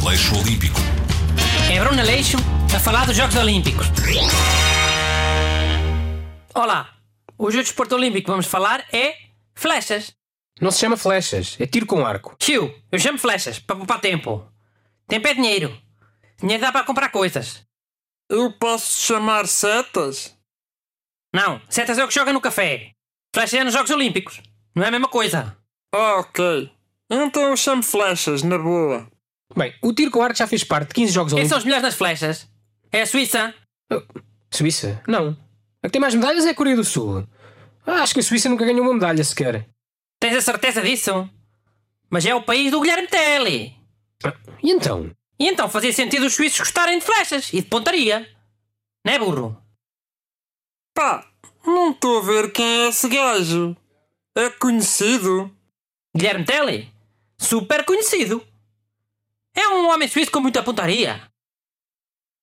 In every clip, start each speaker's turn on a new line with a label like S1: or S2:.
S1: Aleixo Olímpico.
S2: É Bruno Aleixo a falar dos Jogos Olímpicos. Olá, hoje o desporto olímpico que vamos falar é flechas.
S3: Não se chama flechas, é tiro com arco.
S2: Tio, eu chamo flechas para poupar tempo. Tempo é dinheiro. Dinheiro dá para comprar coisas.
S4: Eu posso chamar setas?
S2: Não, setas é o que joga no café. Flechas é nos Jogos Olímpicos. Não é a mesma coisa.
S4: Ok. Então eu chamo flechas, na boa.
S3: Bem, o tiro com arco já fez parte de 15 Jogos
S2: Quem
S3: Olímpicos.
S2: são os melhores nas flechas? É a Suíça?
S3: Suíça? Não. A que tem mais medalhas é a Coreia do Sul. Ah, acho que a Suíça nunca ganhou uma medalha sequer.
S2: Tens a certeza disso? Mas é o país do Guilherme Telly.
S3: Ah, e então?
S2: E então fazia sentido os suíços gostarem de flechas e de pontaria. Não é burro?
S4: Pá, não estou a ver quem é esse gajo. É conhecido?
S2: Guilherme Telly? Super conhecido. É um homem suíço com muita pontaria.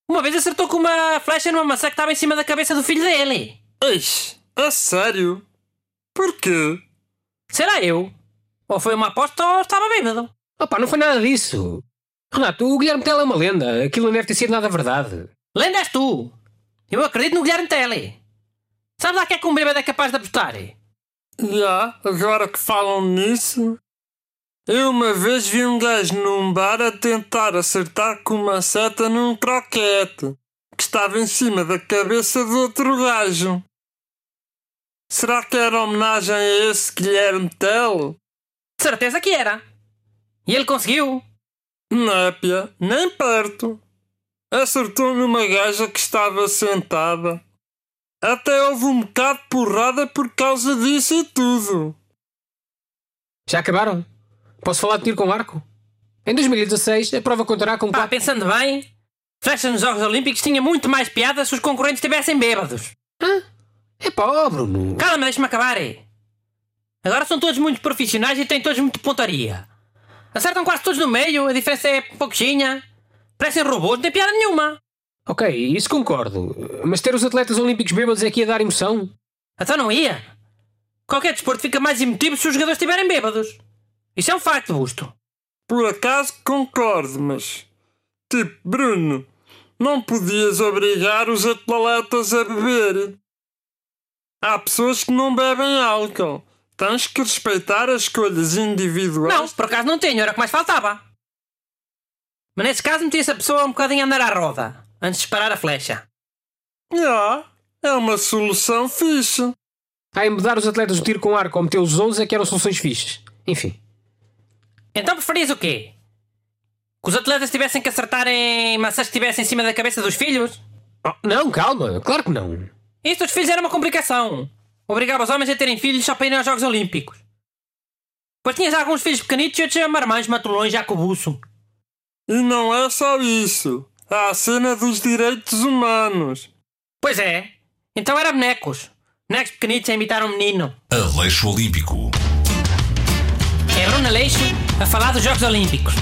S2: Uma vez acertou com uma flecha numa maçã que estava em cima da cabeça do filho dele.
S4: Eis, a é sério? Porquê?
S2: Será eu? Ou foi uma aposta ou estava bêbado.
S3: Opa, não foi nada disso. Renato, o Guilherme Tell é uma lenda. Aquilo não deve ter sido nada verdade.
S2: Lenda és tu. Eu acredito no Guilherme Telly. Sabes lá que é que um bêbado é capaz de apostar?
S4: Já, agora que falam nisso. Eu uma vez vi um gajo num bar a tentar acertar com uma seta num croquete que estava em cima da cabeça do outro gajo. Será que era homenagem a esse Guilherme Tell?
S2: De certeza que era. E ele conseguiu.
S4: Népia, nem perto. Acertou numa gaja que estava sentada. Até houve um bocado de porrada por causa disso e tudo.
S3: Já acabaram? Posso falar de tiro com arco? Em 2016, a prova contará com
S2: Pá,
S3: quatro.
S2: pensando bem, flechas nos Jogos Olímpicos tinha muito mais piada se os concorrentes estivessem bêbados.
S3: É pá, Bruno.
S2: Calma, deixa-me acabar. eh. Agora são todos muito profissionais e têm todos muito pontaria. Acertam quase todos no meio, a diferença é pouquinha. Parecem robôs, não tem piada nenhuma.
S3: Ok, isso concordo. Mas ter os atletas olímpicos bêbados aqui a dar emoção?
S2: Então não ia. Qualquer desporto fica mais emotivo se os jogadores estiverem bêbados. Isso é um facto, Busto.
S4: Por acaso concordo, mas. Tipo, Bruno, não podias obrigar os atletas a beber. Há pessoas que não bebem álcool. Tens que respeitar as escolhas
S2: Não,
S4: individuais.
S2: por acaso não tenho, era o que mais faltava. Mas nesse caso metia-se a pessoa um bocadinho a andar à roda, antes de disparar a flecha.
S4: Já, é uma solução fixe.
S3: Ah, em mudar os atletas do tiro com arco ou meter os 11 é que eram soluções fixas. Enfim.
S2: Então preferias o quê? Que os atletas tivessem que acertar em maçãs que estivessem em cima da cabeça dos filhos?
S3: Oh, não, calma, claro que não.
S2: Isto dos filhos era uma complicação. Obrigava os homens a terem filhos só para irem aos Jogos Olímpicos. Pois tinhas alguns filhos pequenitos e outros marmães, matulões, jacobuço.
S4: E não é só isso. Há a cena dos direitos humanos.
S2: Pois é. Então era bonecos. Bonecos pequenitos a imitar um menino.
S1: Aleixo Olímpico.
S2: É Bruno Aleixo a falar dos Jogos Olímpicos.